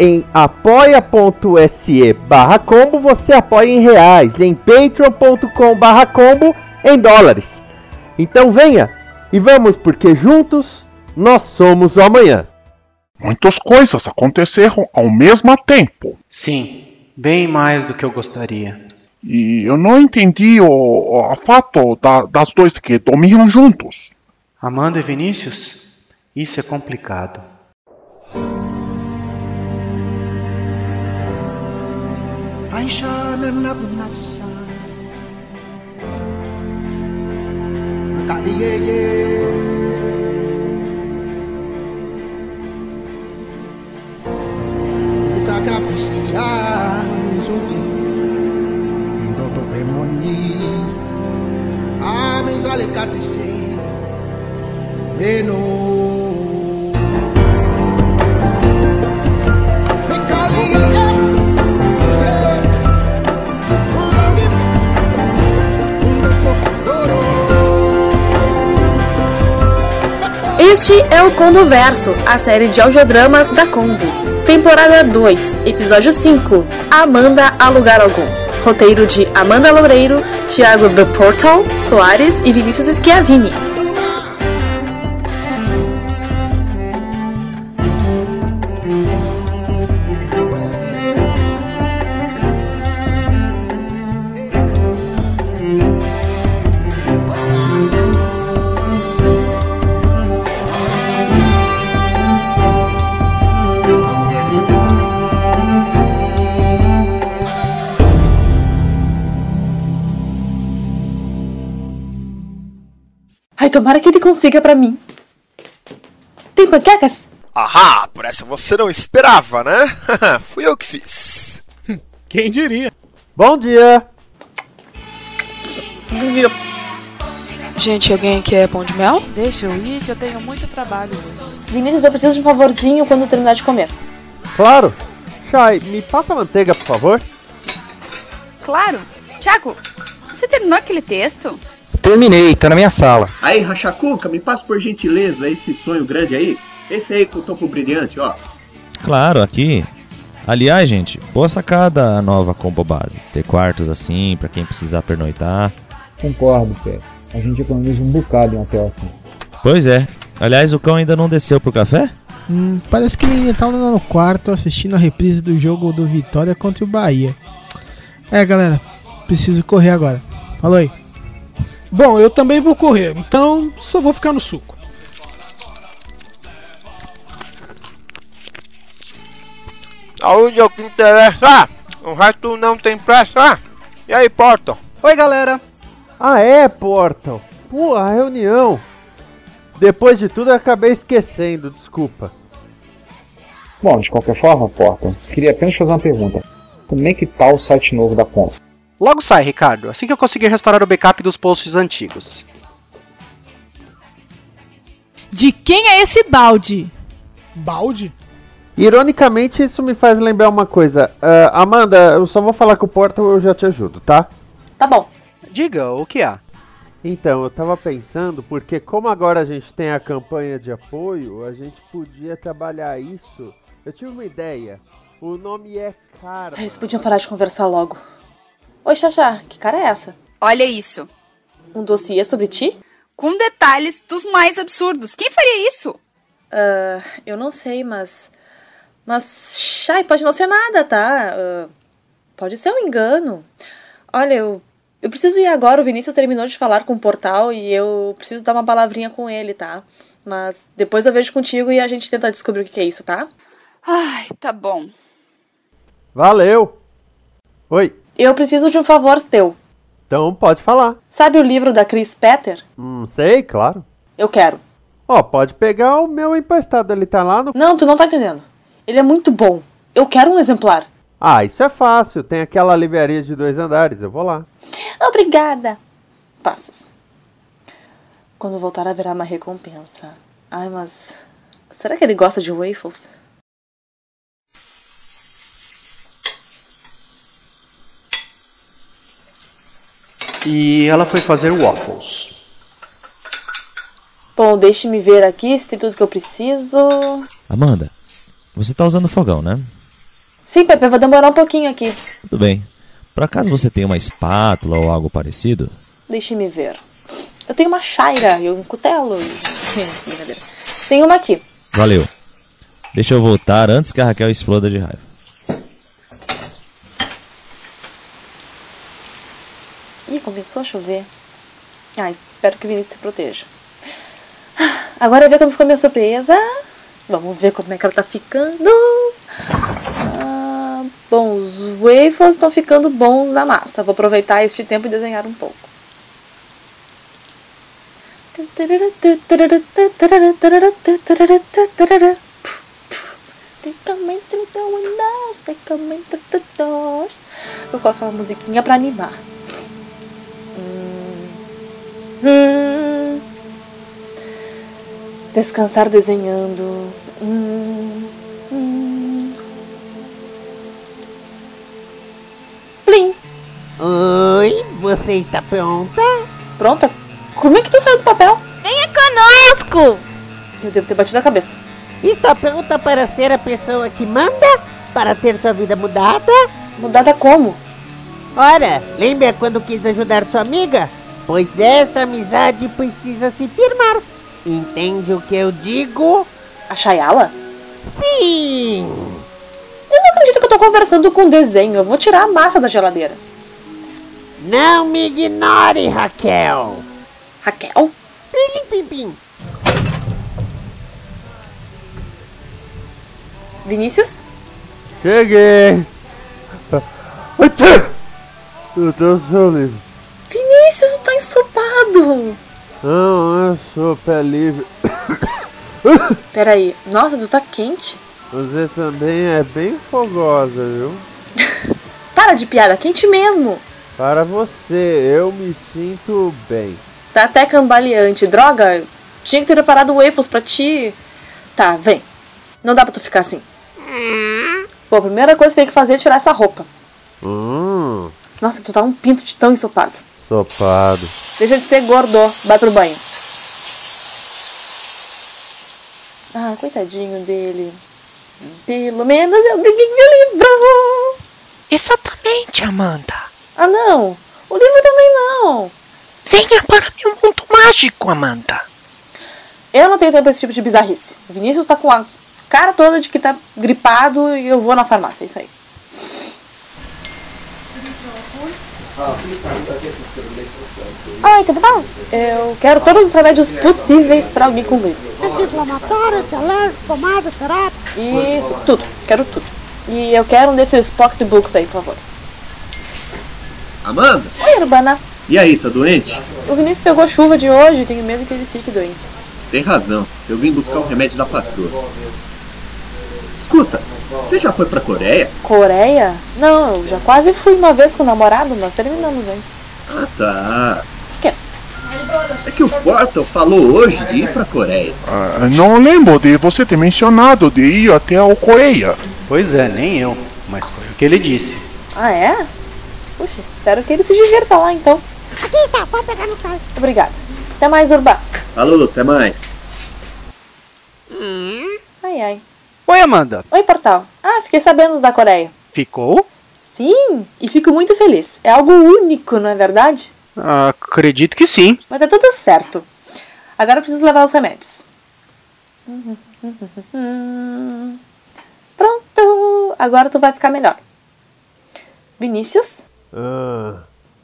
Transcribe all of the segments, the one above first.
Em apoia.se barra combo você apoia em reais, em patreon.com barra combo em dólares. Então venha e vamos porque juntos nós somos o amanhã. Muitas coisas aconteceram ao mesmo tempo. Sim, bem mais do que eu gostaria. E eu não entendi o, o a fato da- das duas que dormiam juntos. Amanda e Vinícius? Isso é complicado. I shine another night to shine. Akali ye ye. Kukaka fisi ya nzungi. Ndoto pe moni. Amizale katisi. Meno. Akali ye. Este é o Combo Verso, a série de audiodramas da Combo. Temporada 2, episódio 5, Amanda a Lugar Algum. Roteiro de Amanda Loureiro, Thiago The Portal, Soares e Vinícius Schiavini. Ai, tomara que ele consiga pra mim. Tem panquecas? Ahá, por essa você não esperava, né? Fui eu que fiz. Quem diria? Bom dia! Gente, alguém aqui é pão de mel? Deixa eu ir que eu tenho muito trabalho hoje. Vinícius, eu preciso de um favorzinho quando eu terminar de comer. Claro! Shai, me passa a manteiga, por favor. Claro. Tiago, você terminou aquele texto? Terminei, tá na minha sala. Aí, Rachacuca, me passa por gentileza esse sonho grande aí. Esse aí com o topo brilhante, ó. Claro, aqui. Aliás, gente, boa sacada a nova combo base. Ter quartos assim, pra quem precisar pernoitar. Concordo, Pé. A gente economiza um bocado em um hotel assim. Pois é. Aliás, o cão ainda não desceu pro café? Hum, parece que ele tá lá no quarto assistindo a reprise do jogo do Vitória contra o Bahia. É, galera, preciso correr agora. Falou aí. Bom, eu também vou correr, então só vou ficar no suco. Aonde é o que interessa? O resto não tem pressa. E aí, Porto? Oi, galera! Ah, é, Portal? Pô, a reunião! Depois de tudo, eu acabei esquecendo, desculpa. Bom, de qualquer forma, Porta, queria apenas fazer uma pergunta. Como é que tá o site novo da Comp? Logo sai, Ricardo, assim que eu conseguir restaurar o backup dos posts antigos. De quem é esse balde? Balde? Ironicamente, isso me faz lembrar uma coisa. Ah, Amanda, eu só vou falar com o Portal eu já te ajudo, tá? Tá bom. Diga, o que há? Então, eu tava pensando, porque como agora a gente tem a campanha de apoio, a gente podia trabalhar isso. Eu tive uma ideia. O nome é Karma. Eles podiam parar de conversar logo. Oi, Xaxá, que cara é essa? Olha isso. Um dossiê sobre ti? Com detalhes dos mais absurdos. Quem faria isso? Ah, eu não sei, mas. Mas, Shai, pode não ser nada, tá? Ah, pode ser um engano. Olha, eu, eu preciso ir agora. O Vinícius terminou de falar com o portal e eu preciso dar uma palavrinha com ele, tá? Mas depois eu vejo contigo e a gente tenta descobrir o que que é isso, tá? Ai, tá bom. Valeu! Oi, Eu preciso de um favor teu. então pode falar. Sabe o livro da Chris Petter? Hum, sei, claro. Eu quero. Ó, pode pegar o meu emprestado, ele tá lá no. Não, tu não tá entendendo. Ele é muito bom. Eu quero um exemplar. Ah, isso é fácil, tem aquela livraria de dois andares, eu vou lá. Obrigada. Passos. Quando voltar haverá uma recompensa. Ai, mas. Será que ele gosta de waffles? E ela foi fazer waffles. Bom, deixe-me ver aqui se tem tudo que eu preciso. Amanda, você tá usando fogão, né? Sim, Pepe, vai demorar um pouquinho aqui. Tudo bem. Por acaso você tem uma espátula ou algo parecido? Deixe-me ver. Eu tenho uma chaira e um cutelo. E... Essa brincadeira. Tem uma aqui. Valeu. Deixa eu voltar antes que a Raquel exploda de raiva. Ih, começou a chover. Ah, espero que o Vinícius se proteja. Ah, Agora vê como ficou a minha surpresa. Vamos ver como é que ela tá ficando. Ah, bom, os waffles estão ficando bons na massa. Vou aproveitar este tempo e desenhar um pouco. Take a man through the windows, take a man through the doors. Vou colocar uma musiquinha pra animar. Hum. Descansar desenhando. Hum. Hum. Plim! Oi, você está pronta? Pronta? Como é que tu saiu do papel? Venha conosco! Eu devo ter batido a cabeça. Está pronta para ser a pessoa que manda? Para ter sua vida mudada? Mudada como? Ora, lembra quando quis ajudar sua amiga? Pois esta amizade precisa se firmar. Entende o que eu digo? A Chayala? Sim! Eu não acredito que eu tô conversando com desenho. Eu vou tirar a massa da geladeira. Não me ignore, Raquel! Raquel? Plim, plim, plim. Vinícius? Cheguei! Atchá! Eu trouxe o seu livro. Vinícius, tu tá ensopado! Não, eu sou pé livre. Peraí, nossa, tu tá quente? Você também é bem fogosa, viu? Para de piada, quente mesmo! Para você, eu me sinto bem. Tá até cambaleante. Droga, tinha que ter preparado waffles pra ti. Tá, vem. Não dá pra tu ficar assim. Pô, a primeira coisa que tem que fazer é tirar essa roupa. Hum, Nossa, tu tá um pinto de tão ensopado. sopado. Deixa de ser gordo, vai pro banho. Ah, coitadinho dele. Pelo menos é um eu ganhei meu livro! Exatamente, Amanda. Ah, não! O livro também não! Venha para meu mundo mágico, Amanda. Eu não tenho tempo pra esse tipo de bizarrice. O Vinícius tá com a cara toda de que tá gripado e eu vou na farmácia, é isso aí. Oi, tudo bom? Eu quero todos os remédios possíveis pra alguém com gripe. Anti-inflamatório, anti-alérgico, pomada, xarope. Isso, tudo. Quero tudo. E eu quero um desses pocketbooks aí, por favor. Amanda, Oi, Urbana. e aí, tá doente? O Vinícius pegou chuva de hoje e tenho medo que ele fique doente. Tem razão, eu vim buscar o remédio da patroa. Escuta, você já foi pra Coreia? Coreia? Não, eu já quase fui uma vez com o namorado, mas terminamos antes. Ah, tá. Por quê? É que o Portal falou hoje de ir pra Coreia. Ah, não lembro de você ter mencionado de ir até a Coreia. Pois é, nem eu. Mas foi o que ele disse. Ah, é? Puxa, espero que ele se divirta lá então. Aqui está, só pegar no caixa. Obrigada. Até mais, Urbana. Falou, até mais. Ai, ai. Oi, Amanda. Oi, Portal. Ah, fiquei sabendo da Coreia. Ficou? Sim, e fico muito feliz. É algo único, não é verdade? Ah, acredito que sim. Vai dar tudo certo. Agora eu preciso levar os remédios. Pronto! Agora tu vai ficar melhor. Vinícius? Ah,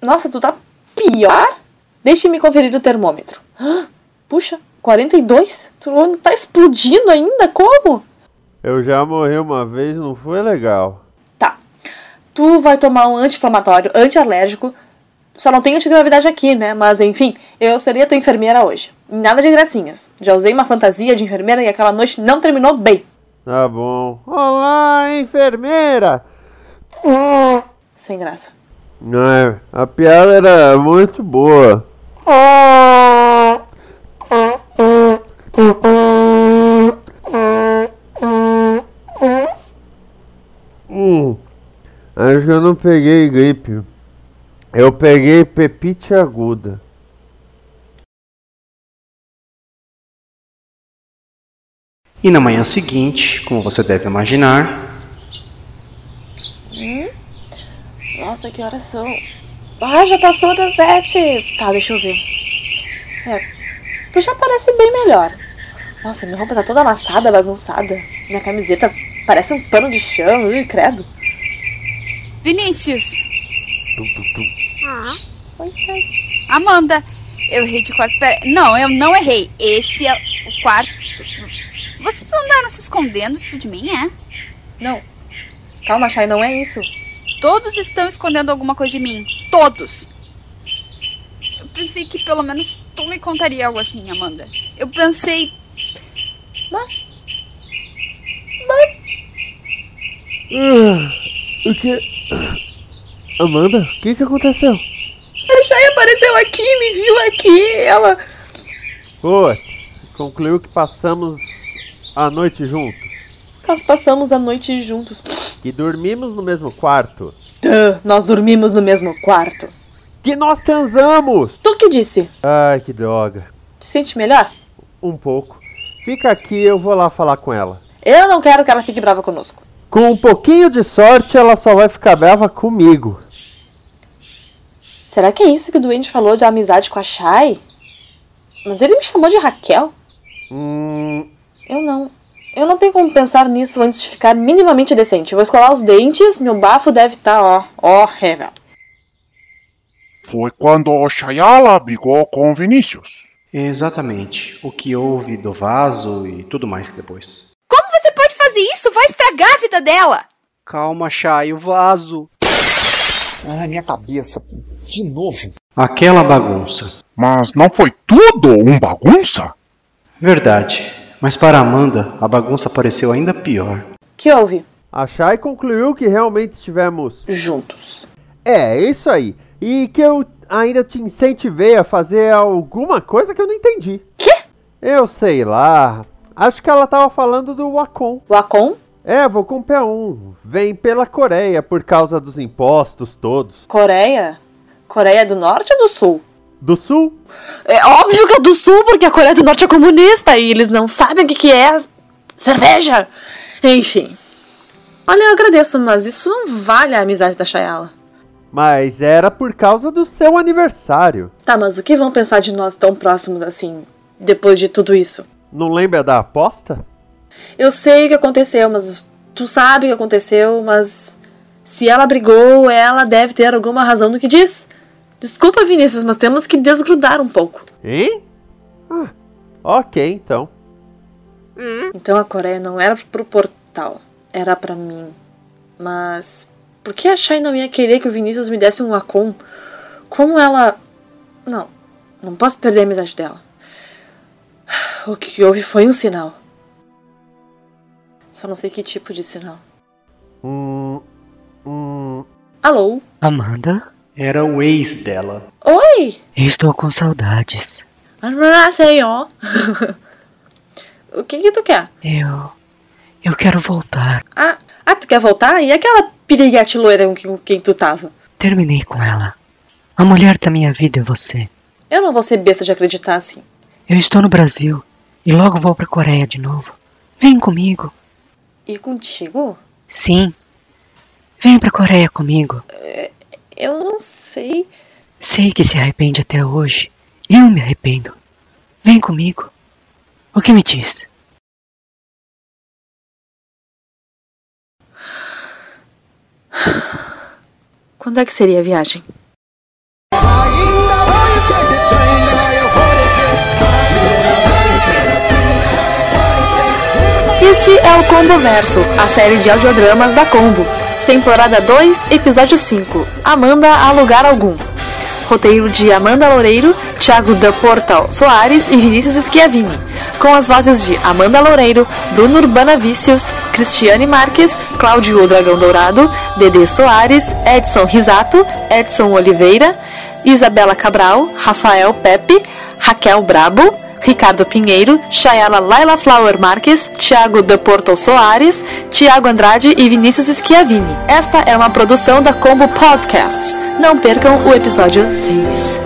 Nossa, tu tá pior? Deixe-me conferir o termômetro. Ah, Puxa, 42? Tu não tá explodindo ainda? Como? Eu já morri uma vez, não foi legal. Tá. Tu vai tomar um anti-inflamatório, anti-alérgico. Só não tem antigravidade aqui, né? Mas enfim, eu seria tua enfermeira hoje. Nada de gracinhas. Já usei uma fantasia de enfermeira e aquela noite não terminou bem. Tá bom. Olá, enfermeira! Sem graça. Ai, é? a piada era muito boa. Hum, acho que eu não peguei gripe. Eu peguei pepite aguda. E na manhã seguinte, como você deve imaginar, Hum? Nossa, que horas são? Ah, já passou das sete. Tá, deixa eu ver. É, tu já parece bem melhor. Nossa, minha roupa tá toda amassada, bagunçada. Minha camiseta parece um pano de chão, ui, credo. Vinícius. Ah. Oi, chefe. Amanda, eu errei de quarto. Pera... Não, eu não errei. Esse é o quarto. Vocês andaram se escondendo isso de mim, é? Não. Calma, Chay, não é isso. Todos estão escondendo alguma coisa de mim. Todos. Eu pensei que pelo menos tu me contaria algo assim, Amanda. Eu pensei. Mas. Mas. Ah, O que. Amanda, o que, que aconteceu? A Chay É, apareceu aqui, me viu aqui. Ela. Putz, concluiu que passamos a noite juntos. Nós passamos a noite juntos. Que dormimos no mesmo quarto. Tã, Nós dormimos no mesmo quarto. Que nós transamos! Tu que disse? Ai, que droga. Te sente melhor? Um pouco. Fica aqui, eu vou lá falar com ela. Eu não quero que ela fique brava conosco. Com um pouquinho de sorte, ela só vai ficar brava comigo. Será que é isso que o Duende falou de amizade com a Shai? Mas ele me chamou de Raquel? Hum, Eu não. Eu não tenho como pensar nisso antes de ficar minimamente decente. Eu vou escovar os dentes, meu bafo deve estar, ó, ó, revel. Foi quando o Shayala brigou com o Vinícius. exatamente o que houve do vaso e tudo mais que depois. Como você pode fazer isso? Vai estragar a vida dela! Calma, Chay, o vaso. Ai, Ah, minha cabeça. De novo. Aquela bagunça. Mas não foi tudo um bagunça? Verdade. Mas para Amanda, a bagunça pareceu ainda pior. Que houve? A Shai concluiu que realmente estivemos juntos. É, isso aí. E que eu ainda te incentivei a fazer alguma coisa que eu não entendi. Quê? Eu sei lá. Acho que ela tava falando do Wacom. Wacom? É, vou comprar um. Vem pela Coreia por causa dos impostos todos. Coreia? Coreia do Norte ou do Sul? Do Sul? É óbvio que é do Sul, porque a Coreia do Norte é comunista e eles não sabem o que, que é cerveja. Enfim. Olha, eu agradeço, mas isso não vale a amizade da Shayala. Mas era por causa do seu aniversário. Tá, mas o que vão pensar de nós tão próximos assim, depois de tudo isso? Não lembra da aposta? Eu sei o que aconteceu, mas tu sabe o que aconteceu, mas se ela brigou, ela deve ter alguma razão no que diz. Desculpa, Vinícius, mas temos que desgrudar um pouco. Hein? Ah, ok então. Então a Coreia não era pro portal, era pra mim. Mas por que a Shai não ia querer que o Vinícius me desse um Acon? Como ela. Não, não posso perder a amizade dela. O que houve foi um sinal. Só não sei que tipo de sinal. Hum. Hum. Alô? Amanda, Era o ex dela. Oi! estou com saudades. Arrasei, O que que tu quer? Eu. Eu quero voltar. Ah, ah, tu quer voltar? E aquela piriguete loira com quem- com quem tu tava? Terminei com ela. A mulher da minha vida é você. Eu não vou ser besta de acreditar assim. Eu estou no Brasil e logo vou pra Coreia de novo. Vem comigo. E contigo? Sim. Vem pra Coreia comigo. É, Eu não sei. Sei que se arrepende até hoje. Eu me arrependo. Vem comigo. O que me diz? Quando é que seria a viagem? Este é o Combo Verso, a série de audiodramas da Combo. Temporada 2, episódio 5. Amanda a lugar algum. Roteiro de Amanda Loureiro, Thiago da Portal Soares e Vinícius Schiavini. Com as vozes de Amanda Loureiro, Bruno Urbana Vícios, Cristiane Marques, Cláudio o Dragão Dourado, Dedê Soares, Edson Risato, Edson Oliveira, Isabela Cabral, Rafael Pepe, Raquel Brabo, Ricardo Pinheiro, Chayala Laila Flower Marques, Thiago De Porto Soares, Thiago Andrade e Vinícius Schiavini. Esta é uma produção da Combo Podcasts. Não percam o episódio 6.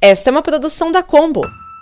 Esta é uma produção da Combo.